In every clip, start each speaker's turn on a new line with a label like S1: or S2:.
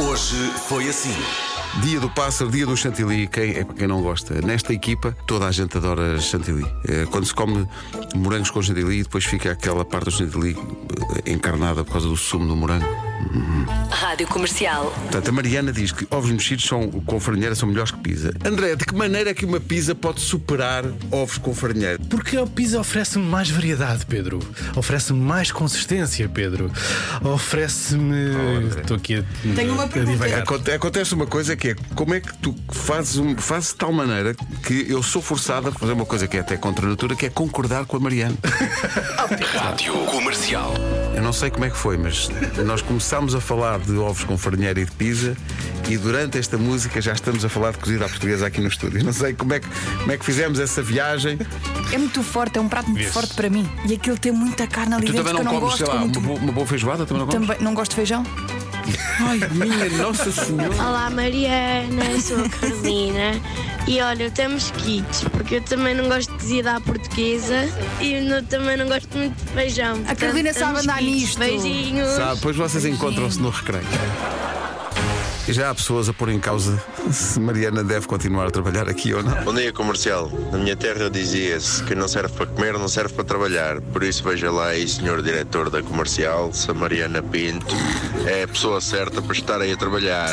S1: Hoje foi assim.
S2: Dia do pássaro, dia do chantilly. Quem, é para quem não gosta. Nesta equipa, toda a gente adora chantilly. Eh, Quando se come morangos com chantilly, depois fica aquela parte do chantilly eh, encarnada por causa do sumo do morango.
S3: Rádio Comercial.
S2: Portanto, a Mariana diz que ovos mexidos são, com farinheira são melhores que pizza. André, de que maneira é que uma pizza pode superar ovos com farinheira?
S4: Porque a pizza oferece-me mais variedade, Pedro. Oferece-me mais consistência, Pedro. Oferece-me. Estou aqui a.
S5: Tenho uma
S4: a
S5: pergunta.
S4: divagar.
S2: Aconte- Acontece uma coisa que é como é que tu fazes, um, fazes de tal maneira que eu sou forçado a fazer uma coisa que é até contra a natura, que é concordar com a Mariana.
S1: Rádio Comercial.
S2: Eu não sei como é que foi, mas nós começámos a falar de ovos com farinheira e de pizza e durante esta música já estamos a falar de cozida à portuguesa aqui no estúdio. Não sei como é que, como é que fizemos essa viagem.
S5: É muito forte, é um prato muito
S4: Vês?
S5: forte para mim. E aquilo tem muita carne ali
S2: tu
S5: dentro
S2: também
S5: que eu
S2: não
S5: não
S2: comes,
S5: gosto.
S2: sei lá, um
S5: como
S2: uma,
S5: tu-
S2: bo- uma boa feijoada? Também não comes?
S5: Também não gosto de feijão?
S2: Ai, minha Nossa Senhora!
S6: Olá Mariana, sou a Carolina e olha, estamos kits, porque eu também não gosto de cozida à portuguesa e eu não- também não gosto muito de feijão. portanto,
S5: Carolina sabe
S6: estamos
S5: andar
S6: quites.
S5: nisto.
S6: Beijinhos.
S2: Sabe, depois vocês encontram-se no recreio. E já há pessoas a pôr em causa se Mariana deve continuar a trabalhar aqui ou não.
S7: Bom dia, comercial. Na minha terra dizia-se que não serve para comer, não serve para trabalhar. Por isso, veja lá aí, senhor diretor da comercial, se a Mariana Pinto é a pessoa certa para estar aí a trabalhar.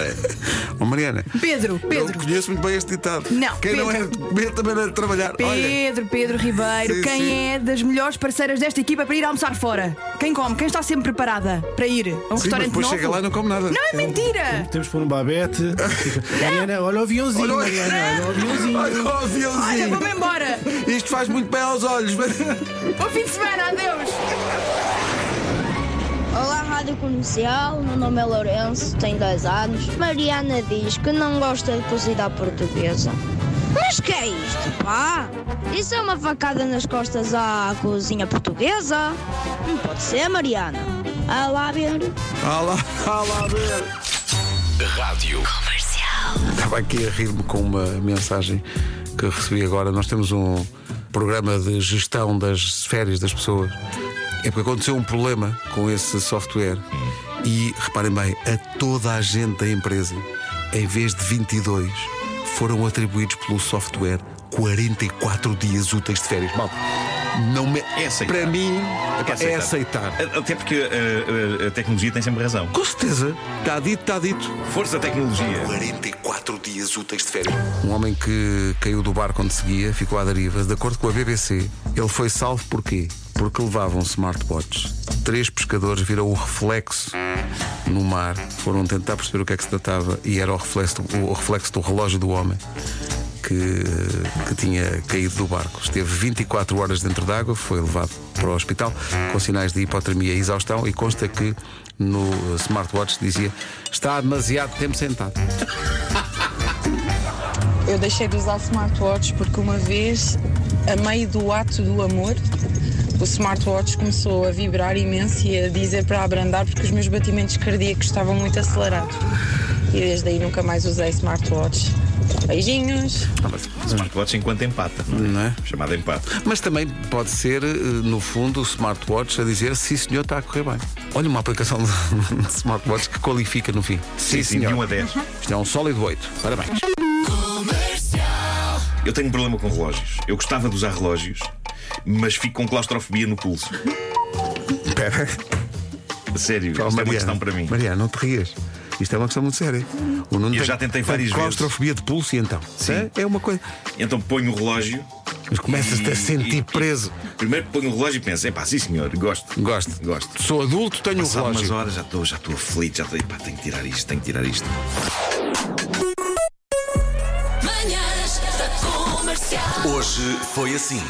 S2: Oh, Mariana,
S5: Pedro,
S2: eu
S5: Pedro.
S2: conheço muito bem este ditado.
S5: Não,
S2: Quem não é de comer também não é de trabalhar. Olha,
S5: Pedro, Pedro Ribeiro,
S2: Sim,
S5: quem
S2: sim.
S5: é das melhores parceiras desta equipa para ir almoçar fora? Quem come? Quem está sempre preparada para ir a um
S2: sim, mas
S5: restaurante
S2: depois
S5: novo?
S2: chega lá e não come nada.
S5: Não é mentira!
S4: Temos por um babete. Mariana, olha o aviãozinho.
S2: Olha o-
S4: Mariana, olha o aviãozinho.
S2: Olha o
S5: Olha,
S2: aviãozinho.
S5: vou-me embora!
S2: Isto faz muito bem aos olhos.
S5: Bom fim de semana, adeus!
S8: Olá, Rádio Comercial. Meu nome é Lourenço, tenho 10 anos. Mariana diz que não gosta de cozida à portuguesa. Mas que é isto, pá? Isso é uma facada nas costas à cozinha portuguesa? Não pode ser, Mariana. Ah, lá, ver.
S2: Ah lá, ah lá, ver.
S1: Rádio.
S2: Estava aqui a rir-me com uma mensagem que recebi agora. Nós temos um programa de gestão das férias das pessoas. É porque aconteceu um problema com esse software. E reparem bem, a toda a gente da empresa, em vez de 22, foram atribuídos pelo software 44 dias úteis de férias. Mal, não me...
S9: É aceitar.
S2: Para mim,
S9: É aceitar.
S2: é aceitar.
S9: Até porque eh, eh, a tecnologia tem sempre razão.
S2: Com certeza, está dito, está dito.
S9: Força da tecnologia.
S2: 44 dias úteis de férias. Um homem que caiu do barco onde seguia ficou à deriva. De acordo com a BBC, ele foi salvo porquê? Porque levavam smartwatch. Três pescadores viram o reflexo no mar, foram tentar perceber o que é que se tratava e era o reflexo, o reflexo do relógio do homem. Que, que tinha caído do barco. Esteve 24 horas dentro d'água, foi levado para o hospital com sinais de hipotermia e exaustão e consta que no eh, smartwatch dizia está há demasiado tempo sentado.
S10: Eu deixei de usar smartwatch porque uma vez, a meio do ato do amor, o smartwatch começou a vibrar imenso e a dizer para abrandar porque os meus batimentos cardíacos estavam muito acelerados. E desde aí nunca mais usei smartwatch. Beijinhos!
S9: Ah, mas Smartwatch enquanto empata.
S2: Não é?
S9: Chamada empate.
S2: Mas também pode ser, eh, no fundo, o smartwatch a dizer sim senhor está a correr bem. Olha uma aplicação de de smartwatch que qualifica no fim. Sim,
S9: De
S2: senhor.
S9: 1 a 10.
S2: Isto é um sólido 8. Parabéns.
S9: Eu tenho um problema com relógios. Eu gostava de usar relógios, mas fico com claustrofobia no pulso.
S2: Espera.
S9: A sério, isto é uma questão para mim.
S2: Mariana, não te rias. Isto é uma questão muito séria. O Nuno
S9: Eu
S2: tem-
S9: já
S2: tem
S9: tentei várias vezes.
S2: claustrofobia de pulso e então.
S9: Sim.
S2: É, é uma coisa.
S9: Então ponho o relógio.
S2: Mas começas-te
S9: e-
S2: a sentir
S9: e- e-
S2: preso.
S9: Primeiro ponho o relógio e penso: é pá, sim senhor, gosto.
S2: Gosto.
S9: Gosto.
S2: Sou adulto, tenho um
S9: Passado
S2: relógio.
S9: umas horas já estou já estou aflito, já estou. Epá, tenho que tirar isto, tenho que tirar isto.
S3: Manhãs da Comercial.
S1: Hoje foi assim.